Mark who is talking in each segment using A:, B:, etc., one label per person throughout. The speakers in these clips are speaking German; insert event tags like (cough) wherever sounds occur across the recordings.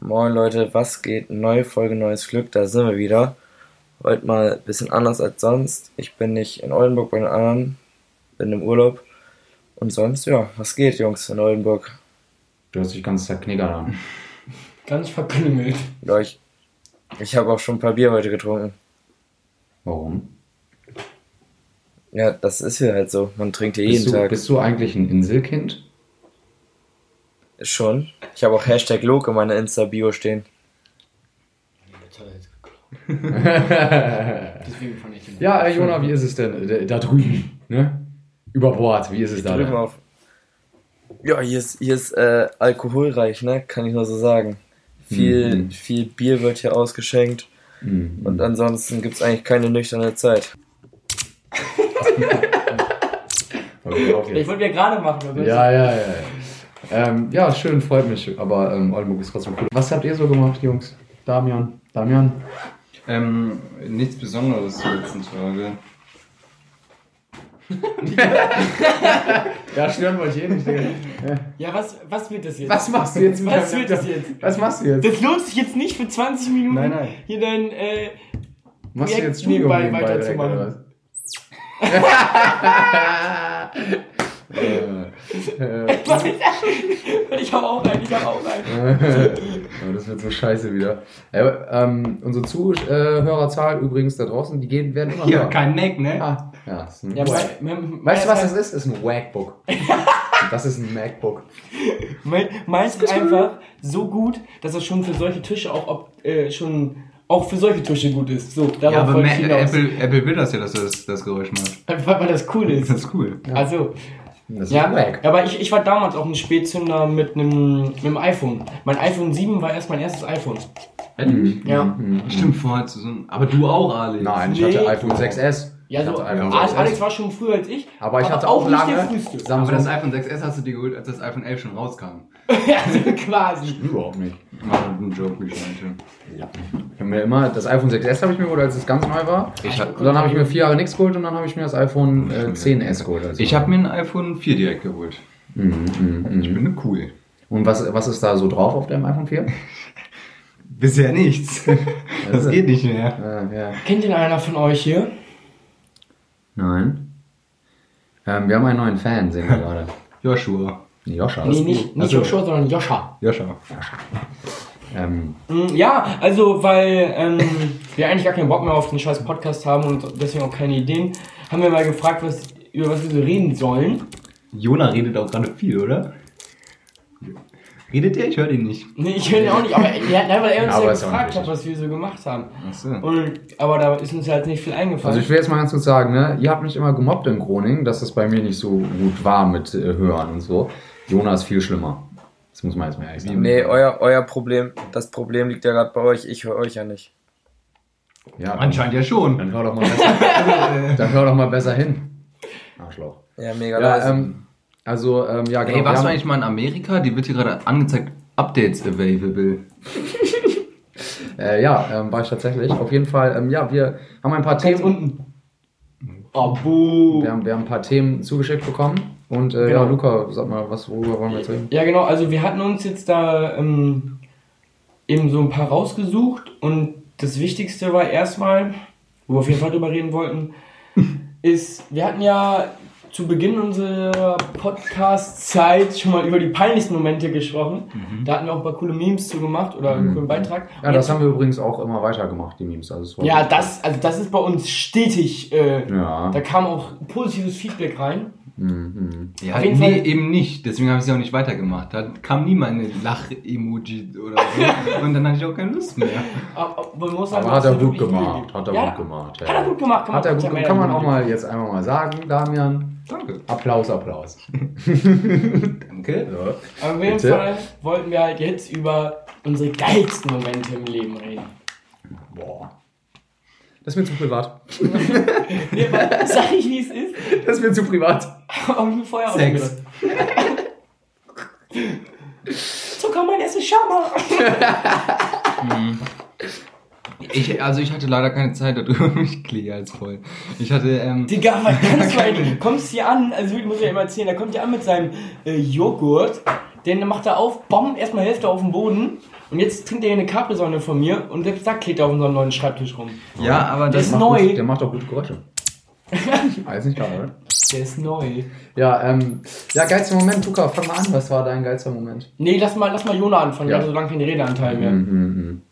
A: Moin Leute, was geht? Neue Folge, neues Glück, da sind wir wieder. Heute mal ein bisschen anders als sonst. Ich bin nicht in Oldenburg bei den anderen, bin im Urlaub. Und sonst, ja, was geht, Jungs, in Oldenburg?
B: Du hast dich ganz zerknickert an.
C: Ganz verkrümelt.
A: Ja, ich ich habe auch schon ein paar Bier heute getrunken.
B: Warum?
A: Ja, das ist hier halt so. Man trinkt hier
B: Bist
A: jeden
B: du,
A: Tag.
B: bist du eigentlich ein Inselkind?
A: Schon. Ich habe auch Hashtag Loke in meiner Insta-Bio stehen.
C: Das hat er jetzt geklaut. Deswegen fand ich den.
B: Ja, äh, Jona, wie ist es denn äh, da drüben? Ne? Über Bord, wie ist es da?
A: Drück mal
B: denn?
A: auf. Ja, hier ist, hier ist äh, alkoholreich, ne? Kann ich nur so sagen. Viel,
B: Mhm.
A: viel Bier wird hier ausgeschenkt
B: Mhm.
A: und ansonsten gibt es eigentlich keine nüchterne Zeit.
B: Okay, okay.
C: Ich wollte ja gerade machen, aber
B: Ja, ja, ja. ja. Ähm, ja, schön, freut mich, aber ähm, Oldenburg ist trotzdem cool. Was habt ihr so gemacht, Jungs? Damian? Damian?
D: Ähm, nichts Besonderes zur letzten Folge.
B: Ja, stören wollte ich eh nicht, Digga.
C: ja was, was wird das jetzt?
B: Was machst du jetzt mit
C: Was
B: deinem
C: wird das
B: Laptop?
C: jetzt?
B: Was machst du jetzt?
C: Das lohnt sich jetzt nicht für 20 Minuten
D: Nein, nein.
C: hier dein. Äh,
B: Machst du
C: React
B: jetzt Schmiego
C: nebenbei
B: nebenbei direkt,
C: weiterzumachen.
B: oder was? (laughs) äh, äh.
C: (laughs) ich habe auch einen, ich habe auch einen.
B: Aber das wird so scheiße wieder. Äh, ähm, unsere Zuhörerzahl übrigens da draußen, die gehen, werden immer
D: Hier,
B: höher.
D: kein Neck, ne?
B: Ah, ja, das ist ein
C: Ja, ähm, äh,
B: Wack.
C: mein, mein,
B: Weißt du, was das ist? Das ist ein Wackbook. das ist ein MacBook.
C: Mein, meins ist einfach so gut, dass es schon für solche Tische auch ob, äh, schon auch für solche Tische gut ist. So, darauf
D: Ja, aber
C: wollte
D: Ma-
C: ich hinaus.
D: Apple, Apple will das ja, dass das, das Geräusch macht.
C: Einfach weil das cool
D: Das
C: ist.
D: ist cool.
C: Also,
B: Das ist
C: ja,
B: ein Wack.
C: aber ich, ich war damals auch ein Spätzünder mit einem, mit einem iPhone. Mein iPhone 7 war erst mein erstes iPhone.
D: Ehrlich?
C: Ja.
D: Stimmt, vorher zu so einem- Aber du auch, Alex.
B: Hm. Nein, ich
C: Nee.
B: hatte iPhone 6S.
C: Ja,
B: ich
C: so,
B: hatte iPhone
C: Alex,
B: 6S.
C: Alex war schon früher als ich.
B: aber ich hatte auch
C: nicht
B: lange
C: der früheste. (laughs)
D: Aber das
B: Samsung.
D: iPhone 6S hast du dir geholt, als das iPhone 11 schon rauskam.
C: Also quasi.
B: Überhaupt nicht.
D: Mal einen halt Joke geschnallt.
B: Ich hab mir immer, das iPhone 6S habe ich mir geholt, als es ganz neu war.
D: Ich hab-
B: und dann habe ich mir vier Jahre nichts geholt und dann habe ich mir das iPhone äh, 10S geholt. als
D: Ich habe mir ein iPhone 4 direkt geholt. Ich bin ne cool.
B: Und was, was ist da so drauf auf deinem iPhone 4?
D: Bisher nichts. (laughs) Das geht nicht mehr.
B: Äh, ja.
C: Kennt den einer von euch hier?
B: Nein. Ähm, wir haben einen neuen Fan, sehen wir gerade. (laughs)
D: Joshua.
B: Joscha.
C: nee, nicht, nicht
B: Also,
C: Joshua, sondern Joscha.
D: Joshua.
B: ähm,
C: Mm, Ja, also weil ähm, (laughs) wir eigentlich gar keinen Bock mehr auf den scheiß Podcast haben und deswegen auch keine Ideen, haben wir mal gefragt, was, über was wir so reden sollen.
D: Jona redet auch gerade viel, oder? Redet ihr? Ich höre ihn nicht.
C: Nee, ich will ihn auch nicht, aber er hat einfach er uns
B: Ja, aber
C: ja
B: ist auch
C: gefragt,
B: nicht
C: hat, was wir so gemacht haben.
D: Achso.
C: Und, aber da ist uns halt nicht viel eingefallen.
B: also ich will jetzt mal ganz kurz sagen, ne, ihr habt mich immer gemobbt in Groningen, dass das bei mir nicht so gut war mit äh, Hören und so. Jona ist viel schlimmer. Das muss man jetzt mal ehrlich sagen.
A: Nee, euer, euer Problem, das Problem liegt ja gerade bei euch, ich höre euch ja nicht.
B: Ja, dann,
D: Anscheinend ja schon.
B: dann hör doch mal besser.
C: (laughs)
B: dann hör doch mal besser hin. Arschloch.
A: Ja, mega leise.
B: Ja, ähm, also, ähm, ja, genau.
D: Ey,
B: wir
D: warst du
B: haben-
D: eigentlich mal in Amerika? Die wird hier gerade angezeigt, Updates available.
B: äh, ja, ähm, war ich tatsächlich. Auf jeden Fall, ähm, ja, wir haben ein paar
C: Ganz
B: Themen.
C: unten. Abu.
B: Wir haben, wir haben ein paar Themen zugeschickt bekommen. Und äh,
C: Genau.
B: ja, Luca, sag mal, was, worüber wollen wir jetzt reden?
C: Ja, genau, also wir hatten uns jetzt da ähm, eben so ein paar rausgesucht und das Wichtigste war erstmal, wo wir auf jeden Fall drüber
B: (laughs)
C: reden wollten, ist, wir hatten ja zu Beginn unserer Podcast-Zeit schon mal über die peinlichsten Momente gesprochen. Da hatten wir auch ein paar coole Memes zu gemacht oder einen coolen Beitrag.
B: Mhm. Ja,
C: Und
B: das
C: jetzt-
B: haben wir übrigens auch immer weitergemacht, die Memes. Also es war
C: ja, das, also das ist bei uns stetig. Äh,
B: Ja.
C: Da kam auch positives Feedback rein.
B: Mhm.
D: Ja,
C: Auf jeden
D: nee,
C: Fall-
D: eben nicht. Deswegen habe ich sie auch nicht weitergemacht. Da kam nie mal eine Lach-Emoji oder so. Und dann hatte ich auch keine Lust mehr.
C: Aber, aber man muss sagen,
B: Aber hat
C: dass
B: er
C: es
B: gut
C: wirklich Mühe
B: gemacht.
C: gibt.
B: Hat er
C: ja,
B: gut gemacht.
C: Hat er gut gemacht.
B: Hat er gut
C: ja
B: gemacht. Kann man
C: mehr
B: auch mal jetzt einfach mal sagen, Damian.
D: Danke.
B: Applaus, Applaus.
D: Danke.
B: Ja.
C: Aber auf jeden
B: Bitte?
C: Fall wollten wir halt jetzt über unsere geilsten Momente im Leben reden.
B: Boah. Das ist mir zu privat.
C: (laughs) Nee, aber (laughs) Sag ich, wie es ist.
B: Das ist mir zu privat.
C: Hab ich mir vorher
D: Sex.
C: ausgedacht. So kann man essen, schau mal.
D: Ich, also ich hatte leider keine Zeit (laughs) darüber. Ich klinge als voll. Ich hatte, ähm,
C: Digga, was kannst du eigentlich? Kommst hier an, also ich muss ja immer erzählen, da kommt ihr an mit seinem äh, Joghurt, den macht er auf, bomb, erstmal Hälfte auf den Boden Und jetzt trinkt er hier eine Capri-Sonne von mir und selbst da klebt er auf unserem neuen Schreibtisch rum.
D: Ja, aber
C: Der
D: das
C: ist
B: Macht
C: neu.
B: Gut, der macht auch gute
C: (laughs)
B: Geräusche. Alles nicht klar, oder?
C: Der ist neu.
B: Ja, ähm, ja, geilster Moment, Tuka, fang mal an. Was war dein geilster Moment?
C: Nee, lass mal, lass mal Jona anfangen,
B: Ja.
C: ja. so lange keine Redeanteil mehr.
B: Mhm,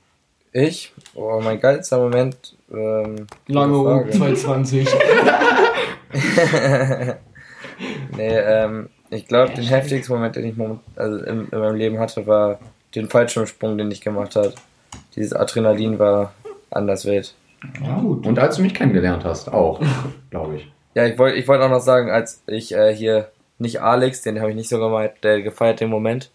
A: Ich? Oh, mein geilster Moment. Ähm,
C: Lange
A: gute
C: Ohren,
A: Frage.
C: 220.
A: Nee, ähm, ich glaube, den heftigsten Moment, den ich moment, also in, in meinem Leben hatte, war den Fallschirmsprung, den ich gemacht habe. Dieses Adrenalin war anders wild.
C: ja,
B: mhm.
C: gut.
B: Und als du mich kennengelernt hast,
C: (laughs)
B: auch, glaube ich.
A: Ja, ich wollte ich wollt auch noch sagen, als ich äh, hier nicht Alex, den habe ich nicht so gemeint, der gefeiert den
B: (laughs)
A: Moment.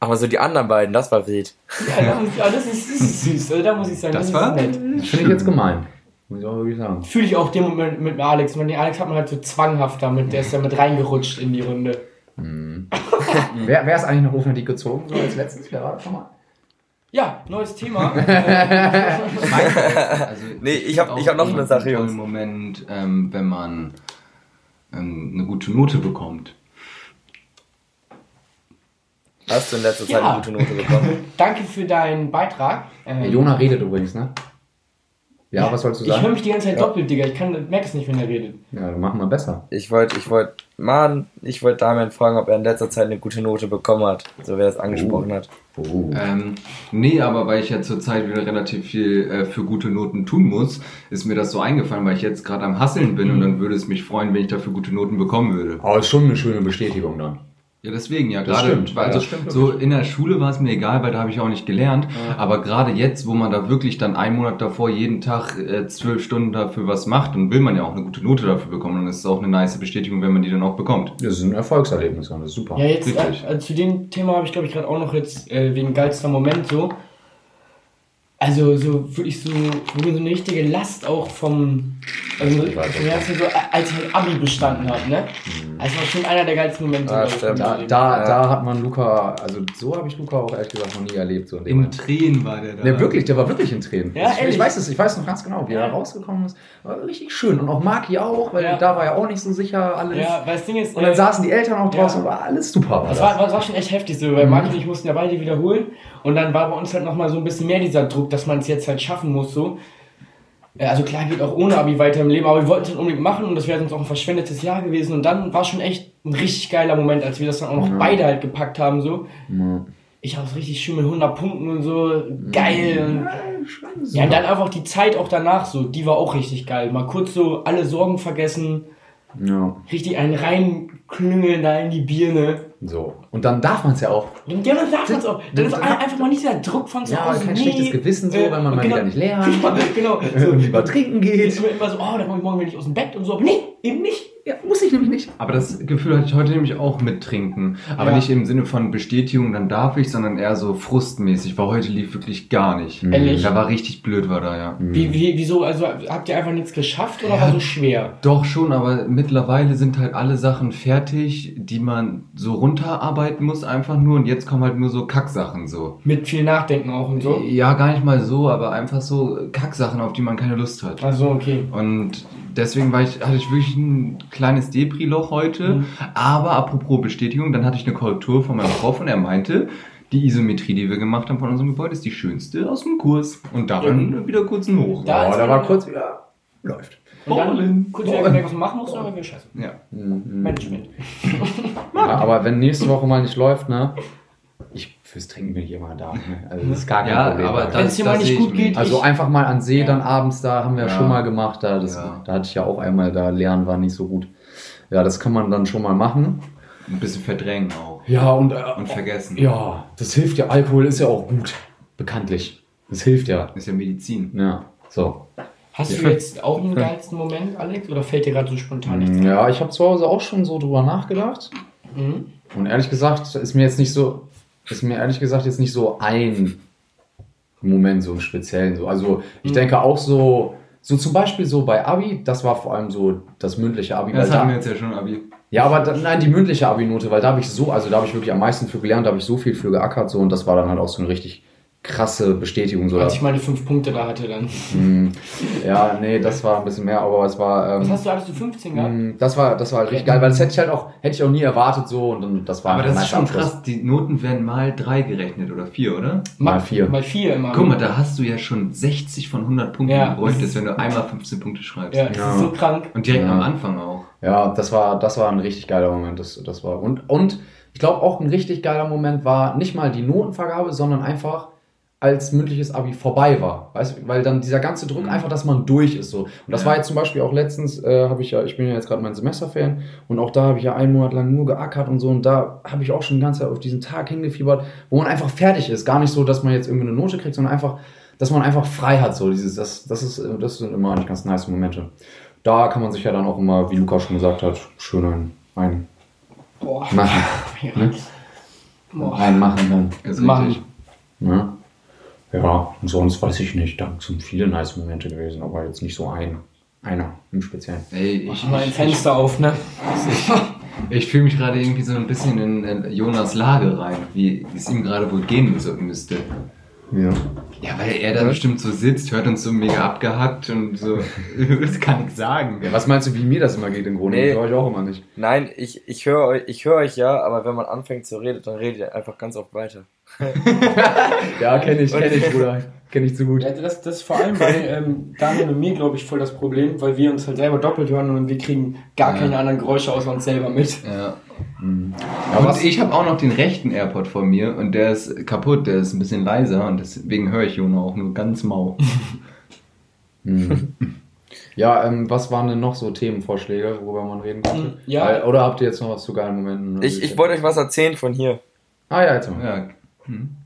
A: Aber so die anderen beiden, das war wild.
C: (laughs) Ja, das ist, ja, das ist, das ist süß. Also, da muss ich sagen,
D: Das
C: das,
D: war-
C: ist nett.
B: Das finde ich jetzt gemein. Muss ich auch wirklich sagen.
C: Fühle ich auch den Moment mit Alex. Man, den Alex hat man halt so zwanghaft damit. Der ist ja mit reingerutscht in die Runde.
B: Hm. Wer, wer ist eigentlich noch Rufen die gezogen, so als letztes? Wer war das nochmal?
C: Ja, neues Thema. Äh,
D: Also,
A: (laughs) Nee, ich hab-
D: find
A: ich hab noch
D: immer
A: eine Sache,
D: einen tollen
A: Jungs.
D: Moment, ähm, wenn man ähm, eine gute Note bekommt.
A: Hast du in letzter Zeit
C: Ja.
A: eine gute Note bekommen?
C: danke für deinen Beitrag.
B: Äh,
C: Äh,
B: Jona redet übrigens, ne? Ja, was sollst du
C: ich höre
B: sagen?
C: mich die ganze Zeit
A: Ja.
C: doppelt, Digga. Ich kann, merke es nicht, wenn er redet.
B: Ja, dann machen wir besser.
A: Ich wollte, ich wollte, Mann, ich wollte Damian fragen, ob er in letzter Zeit eine gute Note bekommen hat. So wer das angesprochen hat.
B: Oh.
D: Ähm, nee, aber weil ich ja zurzeit wieder relativ viel äh, für gute Noten tun muss, ist mir das so eingefallen, weil ich jetzt gerade am Hasseln bin und dann würde es mich freuen, wenn ich dafür gute Noten bekommen würde.
B: Aber ist schon eine schöne Bestätigung dann.
D: Ja, deswegen, ja,
B: Das
D: gerade.
B: stimmt,
D: Also,
B: das stimmt
D: so in der Schule war es mir egal, weil da habe ich auch nicht gelernt. Aber gerade jetzt, wo man da wirklich dann einen Monat davor jeden Tag äh, zwölf Stunden dafür was macht, dann will man ja auch eine gute Note dafür bekommen. Und es ist auch eine nice Bestätigung, wenn man die dann auch bekommt.
B: Das ist ein Erfolgserlebnis, das ist super.
C: Ja, jetzt
D: Richtig.
C: äh, äh, zu dem Thema habe ich, glaube ich, gerade auch noch jetzt äh, wegen geilster Moment so. Also so wirklich so, wirklich so eine richtige Last auch vom, also
B: Ich weiß
C: vom
B: nicht.
C: Herzen so, a- als ich halt Abi bestanden habe, ne? Also war schon einer der geilsten Momente.
A: Ah,
C: glaub ich,
A: stimmt.
C: in meinem
B: Da,
C: Leben.
B: da, da hat man Luca, also so habe ich Luca auch ehrlich gesagt noch nie erlebt. So in dem
D: In
B: Moment.
D: Tränen war der da.
B: Ne, wirklich, der war wirklich in Tränen.
C: Ja,
B: ich,
C: ehrlich?
B: ich weiß es, ich weiß noch ganz genau, wie
C: Ja.
B: er rausgekommen ist. War richtig schön. Und auch Maki auch, weil
C: Ja.
B: da war er auch nicht so sicher alles.
C: ja, weil das Ding ist,
B: Und dann
C: äh,
B: saßen die Eltern auch
C: ja.
B: draußen, war alles super. War
C: das war, war, war schon echt heftig so, weil Martin und ich mussten ja beide wiederholen und dann war bei uns halt nochmal so ein bisschen mehr dieser Druck, dass man es jetzt halt schaffen muss so. Äh, Also klar geht auch ohne Abi weiter im Leben, aber wir wollten es halt unbedingt machen und das wäre sonst auch ein verschwendetes Jahr gewesen und dann war schon echt ein richtig geiler Moment, als wir das dann auch noch beide halt gepackt haben so. Ich habe es richtig schön mit 100 Punkten und so, geil. Und ja, und dann einfach die Zeit auch danach so, die war auch richtig geil. Mal kurz so alle Sorgen vergessen,
B: ja.
C: richtig einen reinklüngeln da in die Birne.
B: So. Und dann darf man es ja auch
C: Und Ja, dann sagt man es auch. Dann ist
B: das-
C: ein- einfach mal nicht dieser Druck von zu
B: Ja,
C: Hause.
B: kein schlechtes Gewissen so, wenn man mal wieder nicht lernt.
C: Äh, (laughs) genau.
B: (laughs)
C: So.
B: so lieber trinken
C: Jetzt
B: geht.
C: immer, immer so, oh, dann komme ich morgen wieder nicht aus dem Bett und so. Aber nee, eben nicht.
B: Ja, muss ich nämlich nicht.
D: Aber das Gefühl hatte ich heute nämlich auch mit Trinken. Aber
C: Ja.
D: nicht im Sinne von Bestätigung, dann darf ich, sondern eher so frustmäßig, weil heute lief wirklich gar nicht.
C: Ehrlich.
D: Da war richtig blöd, war da, ja.
C: Wie, wie, wieso? Also habt ihr einfach nichts geschafft oder war so schwer?
D: Doch schon, aber mittlerweile sind halt alle Sachen fertig, die man so runterarbeiten muss, einfach nur. Und jetzt kommen halt nur so Kacksachen so.
C: Mit viel Nachdenken auch und so.
D: Ja, gar nicht mal so, aber einfach so Kacksachen, auf die man keine Lust hat.
C: Also okay.
D: Und deswegen war ich, hatte ich wirklich ein kleines Depri-Loch heute.
C: Mhm.
D: Aber apropos Bestätigung, dann hatte ich eine Korrektur von meinem Prof und er meinte, die Isometrie, die wir gemacht haben von unserem Gebäude, ist die schönste aus dem Kurs. Und daran wieder kurz ein Hoch.
C: Da
B: oh,
C: ist
B: da
C: man-
B: war kurz wieder. Läuft.
C: Und dann
D: Bowlen.
C: kurz wieder gemerkt, was man machen musste, aber wir scheiße.
D: Ja.
B: Mhm.
C: Management.
B: Ja, aber wenn nächste Woche mal nicht läuft, ne? Ich, fürs Trinken bin ich immer da. Ne? Also das ist gar kein
D: Ja,
B: Problem.
D: aber
B: ne?
D: das-
C: Wenn's dir mal
D: das
C: nicht
D: sehe
C: gut
D: ich nicht.
C: geht,
B: also
C: ich-
B: einfach mal an See
C: Ja.
B: dann abends, da haben wir ja.
D: Ja.
B: schon mal gemacht. Da, das,
D: Ja.
B: da hatte ich ja auch einmal, da Lernen war nicht so gut. Ja, das kann man dann schon mal machen.
D: Ein bisschen verdrängen auch.
B: Ja, und, äh,
D: Und vergessen.
B: ja, das hilft ja. Alkohol ist ja auch gut. Bekanntlich. Das hilft ja.
D: Ist ja Medizin.
B: Ja, so.
C: Hast du jetzt auch einen geilsten Moment, Alex? Oder fällt dir gerade so spontan
B: Mhm.
C: nichts ein?
B: Ja, ich habe zu Hause auch schon so drüber nachgedacht.
C: Mhm.
B: Und ehrlich gesagt, ist mir jetzt nicht so, ist mir ehrlich gesagt jetzt nicht so ein Moment, so im Speziellen. So. Also ich
D: Mhm.
B: denke auch so, so zum Beispiel so bei Abi, das war vor allem so das mündliche Abi.
D: Das
B: weil da,
D: hatten wir jetzt ja schon, Abi.
B: ja, aber da, nein, die mündliche Abi-Note, weil da habe ich so, also da habe ich wirklich am meisten für gelernt, da habe ich so viel für geackert so und das war dann halt auch so ein richtig krasse Bestätigung. So
C: Als ich meine fünf Punkte da hatte dann.
B: Hm, ja, nee, das war ein bisschen mehr, aber es war.
C: Was
B: Ähm,
C: hast du, hattest du 15 gehabt?
B: mh, das war, das war halt richtig geil, weil das hätte ich halt auch, hätte ich auch nie erwartet so und dann, das war halt
D: Aber
B: ein
D: das ist
B: nicer
D: schon
B: Abschluss.
D: krass. Die Noten werden mal drei gerechnet oder vier, oder?
B: mal vier.
C: Mal vier immer.
D: Guck mal, da hast du ja schon 60 von 100 Punkten,
C: Ja,
D: die du
C: das
D: bräuchtest, wenn du einmal 15 Punkte schreibst.
C: Ja, das
B: Ja.
C: ist so krank.
D: Und direkt
B: Ja.
D: am Anfang auch.
B: Ja, das war, das war ein richtig geiler Moment. Das, das war. Und, und ich glaube auch ein richtig geiler Moment war nicht mal die Notenvergabe, sondern einfach, als mündliches Abi vorbei war. Weißt du, weil dann dieser ganze Druck
D: Mhm.
B: einfach, dass man durch ist. So. Und das
D: Ja.
B: war jetzt zum Beispiel auch letztens, äh, habe ich ja, ich bin ja jetzt gerade mein Semesterferien und auch da habe ich ja einen Monat lang nur geackert und so. Und da habe ich auch schon die ganze Zeit auf diesen Tag hingefiebert, wo man einfach fertig ist. Gar nicht so, dass man jetzt irgendwie eine Note kriegt, sondern einfach, dass man einfach frei hat. So. Dieses, das, das, ist, äh, das sind immer eigentlich ganz nice Momente da kann man sich ja dann auch immer, wie Luca schon gesagt hat, schön ein, ein,
C: Boah.
B: machen, (laughs)
C: Ja.
B: Ne?
C: Boah.
B: ein machen dann.
D: Das ist
C: Mann.
D: richtig.
B: Ne? Ja, und sonst weiß ich nicht. Da sind viele nice Momente gewesen, aber jetzt nicht so ein, einer im Speziellen.
D: Ey,
C: Mach
D: ich,
C: mal ein
D: ich, ich,
C: Fenster auf, ne?
D: ich fühle mich gerade irgendwie so ein bisschen in, in Jonas Lage rein, wie es ihm gerade wohl gehen so müsste.
B: Ja.
D: Ja, weil er da bestimmt so sitzt, hört uns so mega abgehackt und so. (laughs) das kann ich sagen.
B: Was meinst du, wie mir das immer geht im Grunde?
A: Nee.
B: Ich euch auch immer nicht.
A: Nein, ich, ich höre euch, ich höre euch ja, aber wenn man anfängt zu reden, dann redet ihr einfach ganz oft weiter.
B: Ja, kenne ich, kenne ich, Bruder. Kenne ich zu gut.
C: Ja, das, das ist vor allem bei ähm, Daniel und mir, glaube ich, voll das Problem, weil wir uns halt selber doppelt hören und wir kriegen gar
D: Ja.
C: keine anderen Geräusche außer uns selber mit.
D: Ja.
B: Aber
D: und ich habe auch noch den rechten AirPod vor mir und der ist kaputt, der ist ein bisschen leiser und deswegen höre ich Jona auch nur ganz (laughs) mau.
B: Hm. Ja, ähm, was waren denn noch so Themenvorschläge, worüber man reden konnte?
C: Ja.
B: Weil- Oder habt ihr jetzt noch was zu geilen Momenten?
A: Hm, Ich, ich wollte euch was erzählen von hier.
B: Ah ja, jetzt mal.
D: Ja. Hm.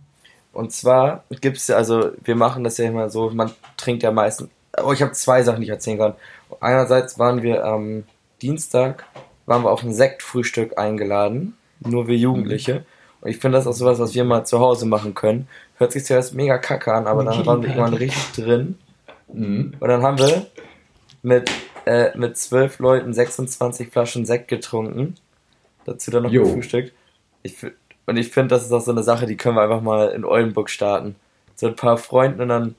A: Und zwar gibt's ja, also wir machen das ja immer so, man trinkt ja meistens. Oh, ich habe zwei Sachen, die ich erzählen kann. Einerseits waren wir am Dienstag, waren wir auf ein Sektfrühstück eingeladen, nur wir
B: Mhm.
A: Jugendliche. Und ich finde das auch sowas, was wir mal zu Hause machen können. Hört sich zuerst mega kacke an, aber dann waren wir irgendwann richtig drin.
B: Mhm.
A: Und dann haben wir mit, äh, mit zwölf Leuten 26 Flaschen Sekt getrunken. Dazu dann noch
B: Jo.
A: gefrühstückt. Ich, fi- und ich finde, das ist auch so eine Sache, die können wir einfach mal in Oldenburg starten. So ein paar Freunden und dann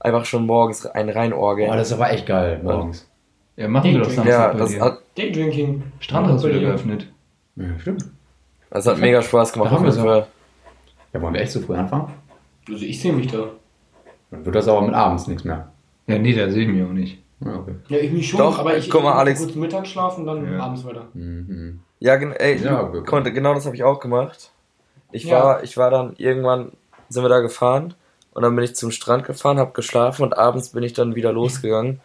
A: einfach schon morgens einen reinorgeln.
B: Boah, Oh, das ist aber echt geil morgens.
D: Ja, machen wir doch
C: Ja,
D: Samstag
A: ja,
D: bei
A: das
D: dir.
A: hat,
C: Daydrinking.
D: Strandhaus
C: Bei
D: wieder
C: dir.
D: geöffnet.
B: Ja, stimmt.
A: das hat mega Spaß gemacht.
B: Da haben
A: auf jeden
B: wir's auch.
A: Fall.
B: Ja, wollen wir echt so früh anfangen?
C: Also ich sehe mich da.
B: Dann wird das aber mit abends nichts mehr.
D: Ja, nee, da sehe ich mich auch nicht.
B: Ja, okay.
C: Ja, ich mich schon,
A: Doch,
C: aber ich
A: guck mal,
C: ich
A: Alex.
C: kurz Mittag schlafen, dann
D: Ja.
C: abends weiter.
B: Mhm.
A: Ja, gen ey,
B: Ja,
A: Lu-
B: wirklich.
A: konnte, genau das habe ich auch gemacht. Ich,
C: Ja.
A: war, ich war dann irgendwann, sind wir da gefahren und dann bin ich zum Strand gefahren, habe geschlafen und abends bin ich dann wieder losgegangen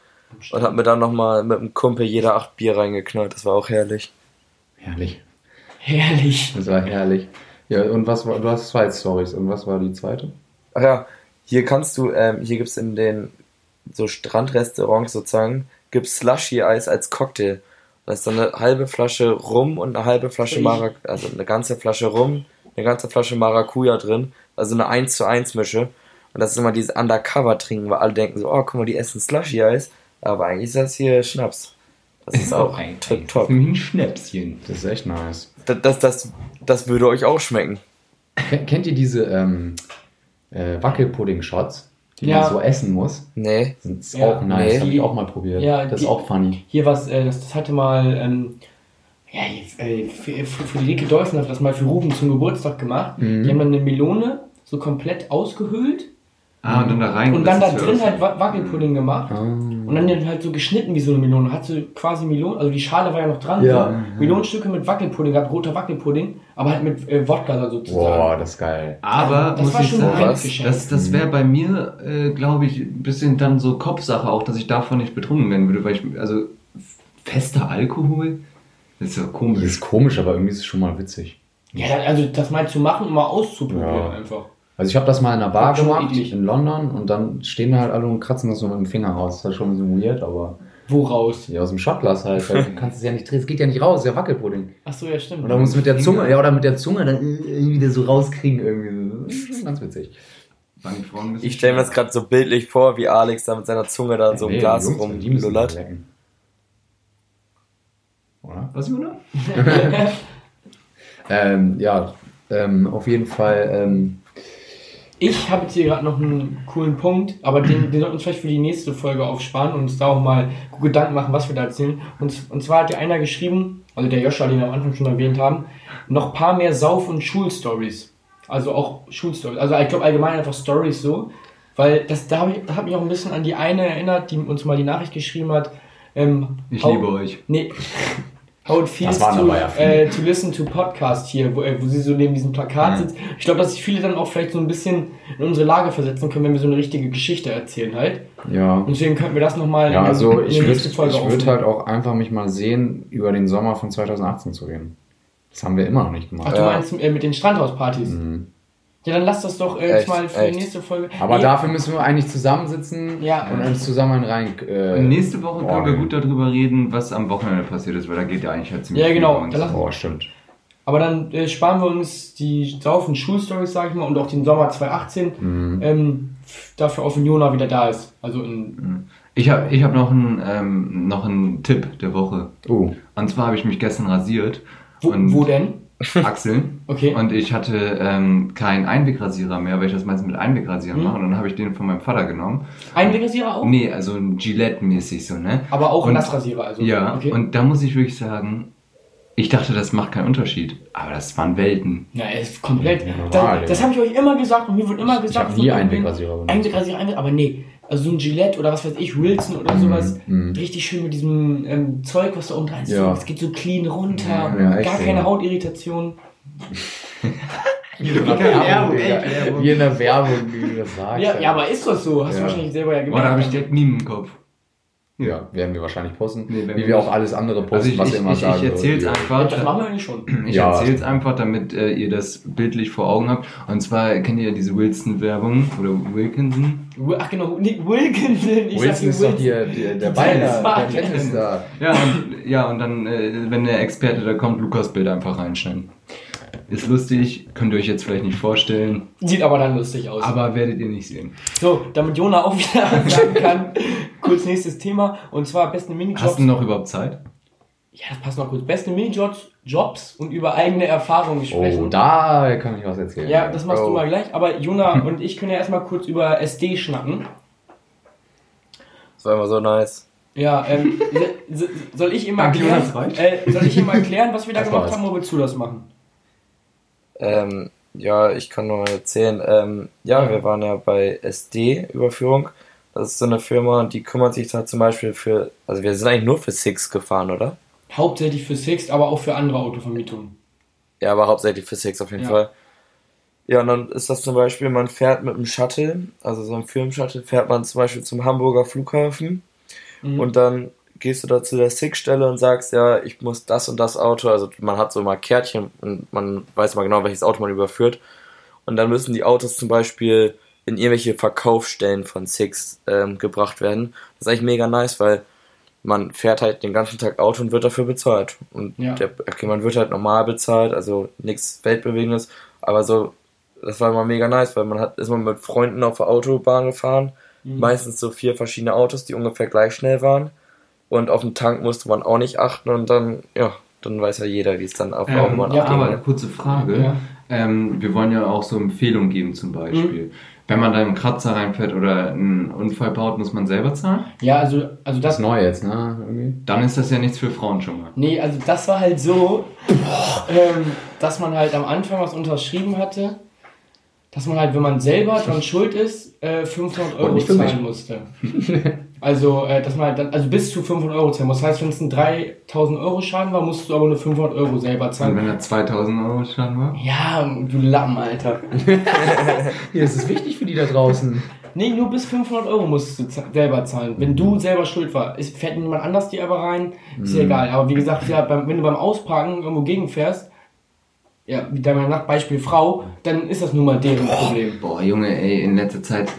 A: und habe mir dann nochmal mit einem Kumpel jeder acht Bier reingeknallt. Das war auch herrlich.
B: Herrlich.
C: Herrlich.
B: Das war herrlich. Ja, und was war, du hast zwei Stories. Und was war die zweite?
A: Ach ja, hier kannst du, ähm, hier gibt's in den so Strandrestaurants sozusagen, gibt's Slushy-Eis als Cocktail. Da ist dann eine halbe Flasche Rum und eine halbe Flasche
C: Ich-
A: Maracuja, also eine ganze Flasche Rum, eine ganze Flasche Maracuja drin, also eine 1 zu 1 Mische. Und das ist immer dieses Undercover-Trinken, weil alle denken so, oh, guck mal, die essen Slushy-Eis, aber eigentlich ist das hier Schnaps. Das ist auch
D: ein
A: tip top.
D: Ein Schnäpschen.
B: Das ist echt nice.
A: Das, das, das, das würde euch auch schmecken.
B: Ken- Kennt ihr diese ähm, äh, Wackelpudding-Shots, die
C: Ja.
B: man so essen muss?
A: Nee.
B: Das ist
C: Ja.
B: auch nice.
A: Nee.
B: Hab ich auch mal probiert.
C: Ja,
B: das
C: die-
B: ist auch funny.
C: Hier was, äh, das, das hatte mal, ähm, ja, äh, für, für Friederike Dolphin hat das mal für Ruben zum Geburtstag gemacht.
D: Mhm.
C: Die haben dann eine Melone so komplett ausgehöhlt
D: Ah, und dann da rein.
C: und dann da drin halt Wa- Wackelpudding gemacht.
B: Ah.
C: Und dann den halt so geschnitten wie so eine Melone. Hat so quasi Melone, also die Schale war ja noch dran.
B: Ja. Mhm.
C: So Melonenstücke mit Wackelpudding, gehabt, roter Wackelpudding, aber halt mit äh, Wodka
B: Boah,
C: sozusagen.
B: das ist geil.
D: Aber
C: Das
D: muss
C: war
D: ich
C: schon
D: sagen,
C: ein
A: was?
C: Geschenk.
D: das, das wäre bei mir, äh, glaube ich, ein bisschen dann so Kopfsache auch, dass ich davon nicht betrunken werden würde, weil ich, also fester Alkohol, das ist ja
B: Das
D: komisch.
B: ist komisch, aber irgendwie ist es schon mal witzig.
C: Ja, dann, also das mal zu machen und mal auszuprobieren
B: Ja.
C: einfach.
B: Also ich habe das mal in einer Bar
C: Schon
B: gemacht
C: eklig.
B: in London und dann stehen da halt alle und kratzen das so mit dem Finger raus. Das ist schon ein bisschen weird, aber
C: Woraus?
B: ja, aus dem Schottglas halt. weil
C: (laughs)
B: Du kannst es ja nicht drehen, es geht ja nicht raus, ist ja Wackelpudding.
C: Achso, ja, stimmt.
B: Und dann musst du mit der Zunge, ja, oder mit der Zunge dann irgendwie das so rauskriegen irgendwie. so. Ganz witzig.
D: Waren die Frauen ein bisschen
A: Ich stelle mir das gerade so bildlich vor, wie Alex da mit seiner Zunge da in so
B: Nee,
A: einem
B: die
A: Glas
B: Jungs, die müssen
A: rumlullert.
B: mal lecken. Oder?
D: Was, Jona?
B: Ähm, ja, ähm, auf jeden Fall ähm,
C: Ich habe jetzt hier gerade noch einen coolen Punkt, aber den, den sollten wir uns vielleicht für die nächste Folge aufsparen und uns da auch mal gut Gedanken machen, was wir da erzählen. Und, und zwar hat ja einer geschrieben, also der Joscha, den wir am Anfang schon erwähnt haben, noch ein paar mehr Sauf- und Schulstories. Also auch Schulstories. Also ich glaube allgemein einfach Stories so. Weil das da habe ich, da hat mich auch ein bisschen an die eine erinnert, die uns mal die Nachricht geschrieben hat. Ähm,
D: Ich
A: Oh.
C: hau-
D: liebe euch.
C: Nee. How it feels
B: Das waren
C: to,
B: aber ja viele.
C: äh, to listen to Podcast hier, wo, äh, wo sie so neben diesem Plakat
B: Mhm.
C: sitzt. Ich glaube, dass sich viele dann auch vielleicht so ein bisschen in unsere Lage versetzen können, wenn wir so eine richtige Geschichte erzählen halt.
B: Ja.
C: Und deswegen könnten wir das nochmal
B: Ja, also ich würde
C: nächsten Folge
B: würd
C: aufnehmen.
B: halt auch einfach mich mal sehen, über den Sommer von 2018 zu reden. Das haben wir immer noch nicht
C: Ach,
B: gemacht.
C: du
A: Ja.
C: meinst äh, mit den Strandhauspartys?
B: Mhm.
C: Ja, dann lass das doch äh, jetzt
A: Echt,
C: mal für
A: echt.
C: die nächste Folge.
B: Aber
C: Nee,
B: dafür müssen wir eigentlich zusammensitzen
C: Ja.
B: und uns zusammen rein. Äh,
D: Nächste Woche
B: boah,
D: können wir
B: nee.
D: gut darüber reden, was am Wochenende passiert ist, weil da geht ja eigentlich halt ziemlich
C: Ja, genau.
D: bei uns.
C: Da lass-
B: Boah, Oh, stimmt.
C: Aber dann äh, sparen wir uns die saufen Schulstories, sag ich mal, und auch den Sommer 2018
B: Mhm.
C: ähm, f- dafür auf, wenn Jona wieder da ist. Also in,
D: Ich habe ich hab noch einen ähm, noch einen Tipp der Woche.
B: Uh,
D: Und zwar habe ich mich gestern rasiert.
C: wo,
D: und
C: wo denn?
D: Achseln.
C: Okay.
D: Und ich hatte ähm, keinen Einwegrasierer mehr, weil ich das meistens mit Einwegrasierern
C: Mhm.
D: mache. Und dann habe ich den von meinem Vater genommen.
C: Einwegrasierer auch?
D: Nee, also ein Gillette-mäßig so, ne?
C: Aber auch
D: Und-
C: Nassrasierer, also.
D: Ja,
C: okay.
D: und da muss ich wirklich sagen, ich dachte, das macht keinen Unterschied. Aber das waren Welten.
C: Na, ist komplett.
B: Ja, normal,
C: da,
B: ja.
C: das habe ich euch immer gesagt und mir wird immer
B: Ich- ich
C: gesagt.
B: hab nie
C: von-
B: Einwegrasierer benutzt.
C: Einwegrasierer, Einwegrasierer, aber nee. Also so ein Gillette oder was weiß ich, Wilson oder sowas.
B: mhm.
C: Richtig schön mit diesem ähm, Zeug, was da oben dran ist.
B: Ja. Mhm,
C: Es geht so clean runter.
B: Ja, echt,
C: gar
B: ja. (laughs)
C: keine Hautirritation.
D: Jede
B: Werbung, Digga. Wie in der Werbung, wie du das sagst.
C: Ja,
B: Alter.
C: ja, aber ist das so? Hast
B: Ja.
C: du wahrscheinlich selber ja
D: Boah,
C: gemerkt.
D: da habe ich direkt Meme im Kopf.
B: Ja, werden wir wahrscheinlich posten.
D: Nee, werden
B: wie
D: wir
B: wir auch alles andere posten,
D: Also ich,
B: was
D: ich,
B: wir immer
D: ich,
B: sagen.
D: ich
B: würden.
D: erzähl's
C: Ja, das
D: einfach.
C: machen wir eigentlich schon.
D: Ich
B: Ja.
D: erzähl's einfach, damit äh, ihr das bildlich vor Augen habt. Und zwar kennt ihr diese Wilson-Werbung oder Wilkinson?
C: Wi- Ach genau, Nick Wilkinson. Ich
B: Wilson ist
C: sag
B: doch hier der, der
C: Die
B: Beiner, der
C: Tennismarke.
B: Tennis da.
D: Ja, und, ja, und dann, äh, wenn der Experte da kommt, Lukas Bild einfach reinschneiden. Ist lustig, könnt ihr euch jetzt vielleicht nicht vorstellen,
C: Sieht aber dann lustig aus.
D: aber werdet ihr nicht sehen.
C: so, damit Jona auch wieder (laughs) sagen kann. kurz nächstes Thema. Und zwar beste Minijobs.
D: Hast du noch überhaupt Zeit?
C: Ja, das passt noch kurz. Beste Minijobs Jobs und über eigene Erfahrungen sprechen.
B: Oh, da kann ich was erzählen.
C: ja, das machst
B: Oh.
C: du mal gleich. Aber Jona und ich können ja erstmal kurz über SD schnacken.
A: Das war immer so nice.
C: Ja, ähm, so- so- soll ich immer
D: Danke,
C: erklären,
D: Jonas, reicht.
C: äh, soll ich immer erklären, was wir da
B: Das
C: gemacht
B: war's.
C: haben, wo wir zu das machen?
A: Ähm, ja, ich kann nur mal erzählen. Ähm, ja, wir waren ja bei SD-Überführung. Das ist so eine Firma und die kümmert sich da zum Beispiel für. Also, wir sind eigentlich nur für Six gefahren, oder?
C: Hauptsächlich für Sixt, aber auch für andere Autovermietungen.
A: Ja, aber hauptsächlich für Six auf jeden
C: Ja.
A: Fall. Ja, und dann ist das zum Beispiel, man fährt mit einem Shuttle, also so einem Firmenshuttle, fährt man zum Beispiel zum Hamburger Flughafen
C: Mhm.
A: und dann gehst du da zu der Six-Stelle und sagst, ja, ich muss das und das Auto, also man hat so mal Kärtchen und man weiß mal genau, welches Auto man überführt. Und dann müssen die Autos zum Beispiel in irgendwelche Verkaufsstellen von Six ähm, gebracht werden. Das ist eigentlich mega nice, weil man fährt halt den ganzen Tag Auto und wird dafür bezahlt. Und
C: Ja.
A: der, okay, man wird halt normal bezahlt, also nichts Weltbewegendes, aber so, das war immer mega nice, weil man hat, ist man mit Freunden auf der Autobahn gefahren,
C: Mhm.
A: meistens so vier verschiedene Autos, die ungefähr gleich schnell waren. Und auf den Tank musste man auch nicht achten und dann, ja, dann weiß ja jeder, wie es dann auf der
D: Ähm,
A: Autobahn
D: ja,
A: abgeht,
D: aber
A: ne?
D: kurze Frage.
C: Ja.
D: Ähm, wir wollen ja auch so Empfehlungen geben zum Beispiel. Wenn man da einen Kratzer reinfährt oder einen Unfall baut, muss man selber zahlen?
C: Ja, also, also
B: Das
C: das.
B: ist neu jetzt, ne? Irgendwie.
D: Dann ist das ja nichts für Frauen schon mal.
C: Nee, also das war halt so, ähm, dass man halt am Anfang was unterschrieben hatte, dass man halt, wenn man selber dran schuld ist, äh, 500 Euro
B: nicht für
C: zahlen
B: mich.
C: musste. Also, äh, dass man halt dann, also bis zu 500 Euro zahlen muss. Das heißt, wenn es ein 3000 Euro Schaden war, musst du aber nur 500 Euro selber
D: Und
C: zahlen.
D: wenn da 2000 Euro Schaden war?
C: Ja, du Lappen, Alter.
B: Hier, das ist wichtig für die da draußen.
C: Nee, nur bis 500 Euro musst du z- selber zahlen, wenn du selber schuld war. Es fährt niemand anders dir aber rein, ist ja egal. Aber wie gesagt, ja, beim, wenn du beim Ausparken irgendwo gegenfährst, ja, wie deiner nach Beispiel Frau, dann ist das nun mal deren Problem.
D: Boah, Junge, ey, in letzter Zeit,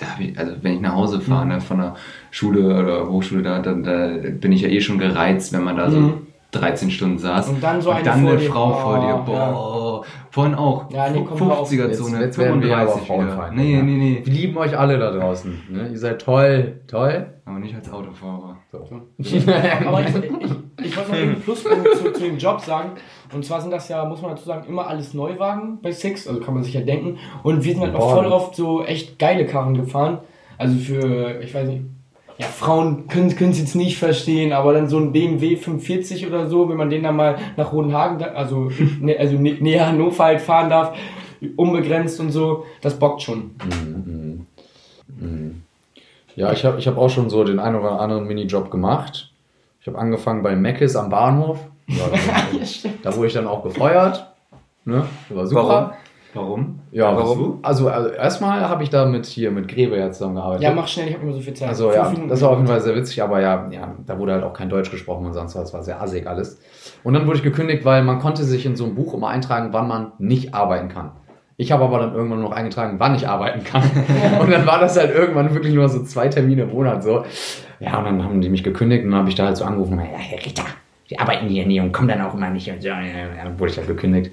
D: da hab ich, also wenn ich nach Hause
C: Mhm.
D: fahre, ne, von der Schule oder Hochschule, da, dann da bin ich ja eh schon gereizt, wenn man da so
C: Mhm.
D: 13 Stunden saß.
C: Und dann so eine
D: dann
C: vor
D: eine
C: dir.
D: Frau vor dir.
C: Boah,
D: Boah. Vorhin auch.
C: Ja, nee, komm, hör auf.
D: 50er-Zone,
B: (laughs) Jetzt, jetzt werden wir aber
D: 35 wieder.
B: Frauenfeinde.
D: Nee,
B: ne?
D: nee, nee.
B: Wir lieben euch alle da draußen. Ne? Ihr seid toll, toll.
D: Aber nicht als Autofahrer.
B: So.
C: Aber ich, ich, ich wollte noch einen Pluspunkt zu, zu dem Job sagen. Und zwar sind das ja, muss man dazu sagen, immer alles Neuwagen bei Six, also kann man sich ja denken. Und wir sind halt auch
B: Boah.
C: voll oft so echt geile Karren gefahren. Also für, ich weiß nicht, ja, Frauen können es jetzt nicht verstehen, aber dann so ein BMW 45 oder so, wenn man den dann mal nach Rodenhagen, da-
B: (laughs)
C: also, ne, also nä- näher Hannover halt fahren darf, unbegrenzt und so, das bockt schon.
B: Ja, ich habe ich hab auch schon so den einen oder anderen Minijob gemacht. Ich habe angefangen bei Meckes am Bahnhof.
C: (laughs)
B: Ja, da, da wurde ich dann auch gefeuert. Ne? Das war super.
D: Warum? Warum?
B: Ja,
D: Warst
B: warum?
D: du?
B: Also, also erstmal habe ich da mit hier mit Grebe ja zusammengearbeitet.
C: Ja, mach schnell, ich habe immer so viel Zeit.
B: Also
C: Fünf
B: ja,
C: Minuten.
B: das war auf jeden Fall sehr witzig, aber ja, ja, da wurde halt auch kein Deutsch gesprochen und sonst was, war sehr assig alles. Und dann wurde ich gekündigt, weil man konnte sich in so einem Buch immer eintragen, wann man nicht arbeiten kann. Ich habe aber dann irgendwann noch eingetragen, wann ich arbeiten
C: (laughs)
B: kann. Und dann war das halt irgendwann wirklich nur so zwei Termine im Monat so. Ja, und dann haben die mich gekündigt und dann habe ich da halt so angerufen, ja, Herr Ritter, wir arbeiten hier nie und kommen dann auch immer nicht. Und so. ja, dann wurde ich halt gekündigt.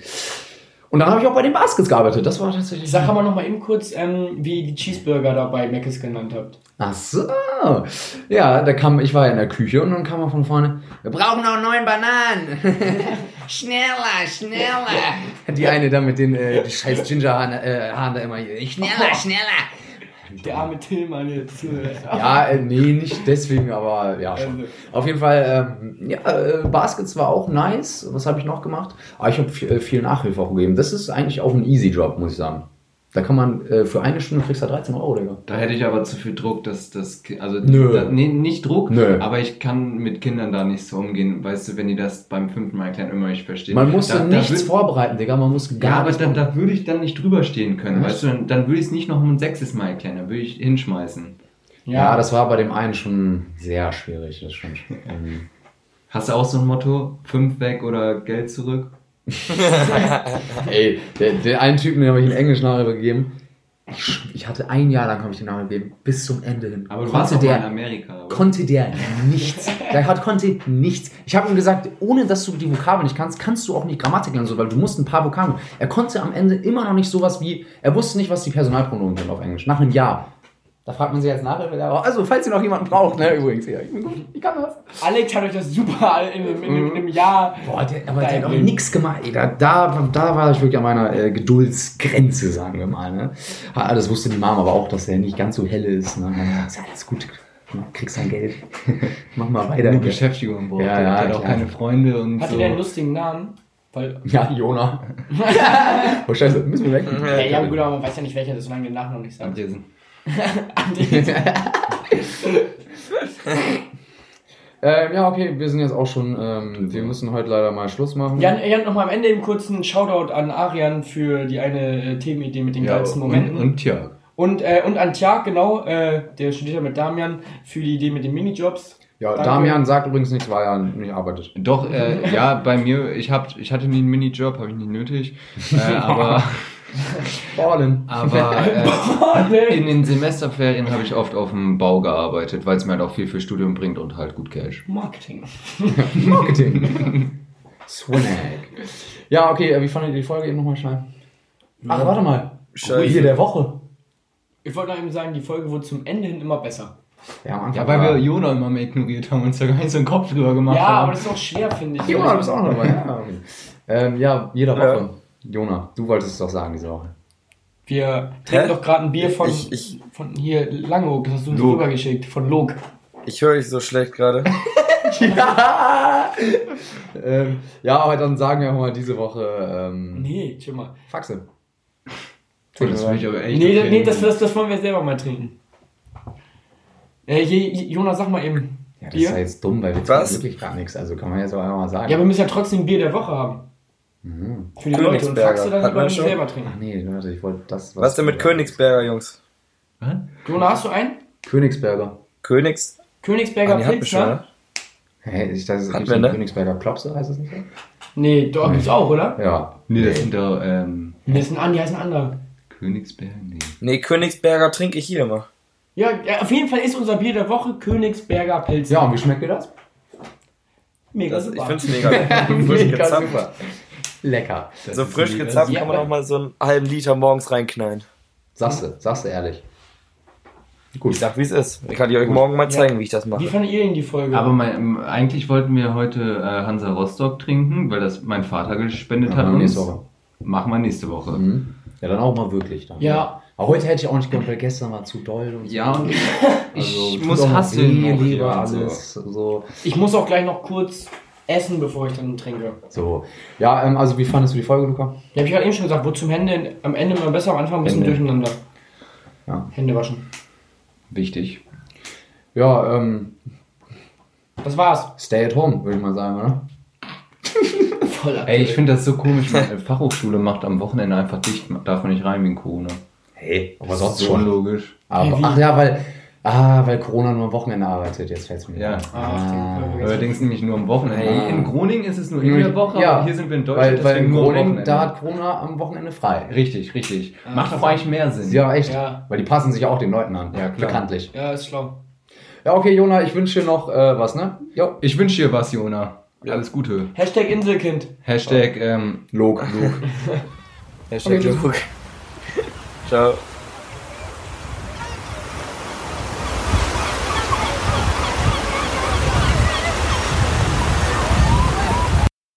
B: Und dann habe ich auch bei den Baskets gearbeitet. Das war tatsächlich.
C: Sag aber noch mal eben kurz, ähm, wie ihr die Cheeseburger da bei Mc's genannt habt.
B: Ach so. Ja, da kam, ich war ja in der Küche und dann kam er von vorne, wir brauchen noch neun Bananen. (laughs) schneller, schneller. Die eine da mit den äh, die scheiß Gingerhaaren äh, Haaren da immer,
D: (laughs)
B: schneller, schneller.
C: Der arme Tillmann jetzt. äh,
B: Ja, äh, nee, nicht deswegen, aber ja schon.
D: Also.
B: Auf jeden Fall, ähm, ja, äh, Baskets war auch nice. Was habe ich noch gemacht? Aber ich habe viel, äh, viel Nachhilfe auch gegeben. Das ist eigentlich auch ein easy Job, muss ich sagen. Da kann man, äh, für eine Stunde kriegst du da 13 Euro, Digga.
D: Da hätte ich aber zu viel Druck, dass das. Ki- Also,
B: Nö.
D: Da, nee, nicht Druck,
B: Nö.
D: aber ich kann mit Kindern da nicht so umgehen. Weißt du, wenn die das beim fünften Mal erklären, immer nicht verstehen.
B: Man muss
D: da,
B: da, nichts
D: da, wür-
B: vorbereiten, Digga. Man muss
D: Ja,
B: gar
D: aber
B: nichts
D: da, da würde ich dann nicht drüber stehen können,
B: Was?
D: weißt du? Dann, dann würde ich es nicht noch ein sechstes Mal erklären, dann würde ich hinschmeißen.
B: Ja, das war bei dem einen schon sehr schwierig, das stimmt. Ähm,
D: Hast du auch so ein Motto? Fünf weg oder Geld zurück?
B: Ey, der- den einen Typen, den habe ich einen englischen Nachhilfe gegeben. Ich sch- Ich hatte ein Jahr lang, habe ich den Nachhilfe gegeben, bis zum Ende hin.
D: Aber du warst
B: konnte
D: doch mal in
B: der,
D: Amerika. oder?
B: konnte der nichts. Der hat, konnte nichts. Ich habe ihm gesagt, ohne dass du die Vokabeln nicht kannst, kannst du auch nicht Grammatik lernen, so, weil du musst ein paar Vokabeln. Er konnte am Ende immer noch nicht sowas wie, er wusste nicht, was die Personalpronomen sind auf Englisch, nach einem Jahr. Da fragt man sich als Nachhilfe, also falls ihr noch jemanden braucht, ne, übrigens, ja, ich bin gut, ich kann das.
C: Alex hat euch das super (laughs) in dem, in dem, in dem Jahr.
B: Boah, der, aber der
C: Dein
B: hat auch
C: Leben.
B: nichts gemacht. Ey, ne? da, da, da war ich wirklich an meiner äh, Geduldsgrenze, sagen wir mal. Ne? Ah, das wusste die Mama aber auch, dass er nicht ganz so helle ist. Ne? Dann Ist alles gut, du kriegst dein Geld. (laughs) Mach mal weiter. gell.
D: eine Beschäftigung braucht.
B: Ja,
D: der
B: ja,
D: hat auch
B: klar.
D: keine Freunde und
C: Hatte
D: so.
C: der einen lustigen Namen? Weil,
B: Ja, (laughs) Jona. oh scheiße, müssen wir weg.
C: ja, äh, ja, gut, aber man weiß ja nicht, welcher das, solange den Nachnamen nicht sagt.
D: Andresen.
B: (laughs) ähm, ja, okay, wir sind jetzt auch schon, ähm, wir müssen heute leider mal Schluss machen.
C: Jan, äh, Jan nochmal am Ende eben kurz einen Shoutout an Arian für die eine äh, Themenidee mit den
D: Ja,
C: geilsten
D: und,
C: Momenten. Und,
D: und ja.
C: und, äh, und an Tja, genau, äh, der studiert ja mit Damian, für die Idee mit den Minijobs.
B: Ja,
C: Danke.
B: Damian sagt übrigens nichts, weil er nicht arbeitet.
D: Doch,
B: (laughs)
D: äh, ja, bei mir, ich, hab, ich hatte nie einen Minijob, habe ich nicht nötig.
B: (laughs)
D: Äh, aber
B: Ballen.
D: aber
B: (laughs)
D: äh,
C: Ey,
D: in den Semesterferien habe ich oft auf dem Bau gearbeitet, weil es mir halt auch viel für Studium bringt und halt gut Cash.
C: Marketing.
B: Marketing. (laughs) Swinag. Ja, okay, äh, wie fandet ihr die Folge eben nochmal schnell? Ach, warte mal.
A: Scheiße.
B: Ruhe der Woche.
C: Ich wollte noch eben sagen, die Folge wurde zum Ende hin immer besser.
B: Ja, am
D: Ja,
B: Anfang
D: weil
B: war-
D: wir Jona immer mehr ignoriert haben und uns da gar nicht so einen Kopf drüber gemacht
C: ja, aber
D: haben.
C: das ist auch schwer, finde ich. Also,
B: Jona, du bist auch noch dabei. Ja, ähm, ja jeder
A: Ja.
B: Woche. Jona, du wolltest es doch sagen diese Woche.
C: Wir trinken
A: Hä?
C: doch gerade ein Bier von,
A: Ich- ich-
C: von hier Langeoog, das hast du uns
D: Log.
C: rübergeschickt, von Log.
A: Ich höre euch so schlecht gerade.
B: ja! ähm, ja, aber dann sagen wir auch mal diese Woche ähm,
C: Nee, chill mal.
B: Faxe.
D: Gut, das will ich aber echt
C: nee,
D: nicht
C: das- nee
D: kennen.
C: das, das, das wollen wir selber mal trinken. Äh, je, je, Jonas, sag mal eben.
B: Ja, das ist ja
C: Bier?
B: jetzt dumm, weil wir
A: Was?
B: trinken wirklich gar nichts. Also kann man jetzt auch einfach mal sagen.
C: Ja, wir müssen ja trotzdem Bier der Woche haben. Für die
A: Mhm.
C: Leute. Und
A: Königsberger.
C: fragst du dann
A: Hat
C: lieber
A: man
C: nicht
A: schon?
C: selber
B: Ach
C: trinken.
B: nee, warte, ich wollte das.
A: Was denn mit Königsberger, Jungs?
C: Jonas, hast du einen?
B: Königsberger.
A: Königs?
C: Königsberger
A: Ah, die hatten wir schon,
C: Pilsner?
A: ne?
B: Hey, ich dachte, es
A: Hat
B: gibt
A: man,
B: einen
A: ne?
B: Königsberger Klopse, heißt das nicht so?
C: Nee, doch, gibt's auch, oder?
B: Ja.
D: Nee, das sind doch ähm,
C: Nee, ist ein Andi, heißt ein anderer.
D: Königsberg, nee.
A: Nee, Königsberger trinke ich hier immer.
C: Ja, ja, auf jeden Fall ist unser Bier der Woche Königsberger Pilz.
B: Ja, und wie schmeckt dir das?
C: Mega
A: Das, ich
C: super.
A: finde es mega lecker. frisch
B: Mega
A: gezapft.
B: super. Lecker.
A: So frisch gezapft
C: Ja,
A: kann man
C: aber-
A: auch mal so einen halben Liter morgens reinknallen.
B: Sagst du, sagst du ehrlich.
A: Ich sag, wie es ist. Ich kann dir euch morgen mal zeigen, wie ich das
C: Wie
A: mache.
C: fandet ihr denn die Folge?
D: Aber mein, ähm, eigentlich wollten wir heute äh, Hansa Rostock trinken, weil das mein Vater gespendet hat. uns.
B: nächste Woche.
D: Machen wir nächste Woche.
B: Mhm. Ja, dann auch mal wirklich. Dann.
C: Ja.
B: Aber heute hätte ich auch nicht gehört, weil gestern war zu doll und so.
D: Ja, und
B: (laughs) Also,
D: ich
B: tut
D: muss
B: auch mal
D: hasseln.
B: weh,
D: auch eh hier
B: lieber
D: und so.
B: alles. So.
C: ich muss auch gleich noch kurz essen, bevor ich dann trinke.
B: so. Ja, ähm, also wie fandest du die Folge, Luca?
C: Ja, hab ich gerade eben schon gesagt, wurde zum Hände am Ende mal besser, am Anfang ein bisschen
B: Hände.
C: durcheinander.
B: Ja.
C: Hände waschen.
D: Wichtig.
B: Ja, ähm,
C: Das war's.
B: stay at home, würde ich mal sagen, oder?
C: Voll
D: Ey, ich finde das so komisch. Meine Fachhochschule macht am Wochenende einfach dicht. Darf man nicht rein wegen Corona.
B: Hey, aber
D: Das
B: sonst
D: ist
B: schon.
D: logisch.
B: Aber,
C: Hey, wie?
B: ach ja, weil, ah, weil Corona nur am Wochenende arbeitet, jetzt fällt es mir
D: Ja.
B: auf.
C: Ach, den-
D: Allerdings nämlich nur am Wochenende.
B: Ah.
D: In Groningen ist es nur in der Woche, aber hier sind wir in Deutschland.
B: Weil, weil
D: deswegen
B: in
D: nur am
B: Groningen,
D: Wochenende.
B: da hat Corona am Wochenende frei.
D: Richtig, richtig.
C: Ah.
D: Macht doch eigentlich mehr Sinn.
B: Ja, echt.
C: Ja.
B: Weil die passen sich auch den Leuten an.
D: Ja, klar.
B: Bekanntlich.
C: Ja, ist schlau.
B: Ja, okay, Jona, ich wünsche dir noch äh, was, ne? Jo.
D: Ich wünsche dir was, Jona. Alles Gute.
C: Hashtag Inselkind.
D: Hashtag ähm,
B: Log, Log.
A: Hashtag Luke. Ciao.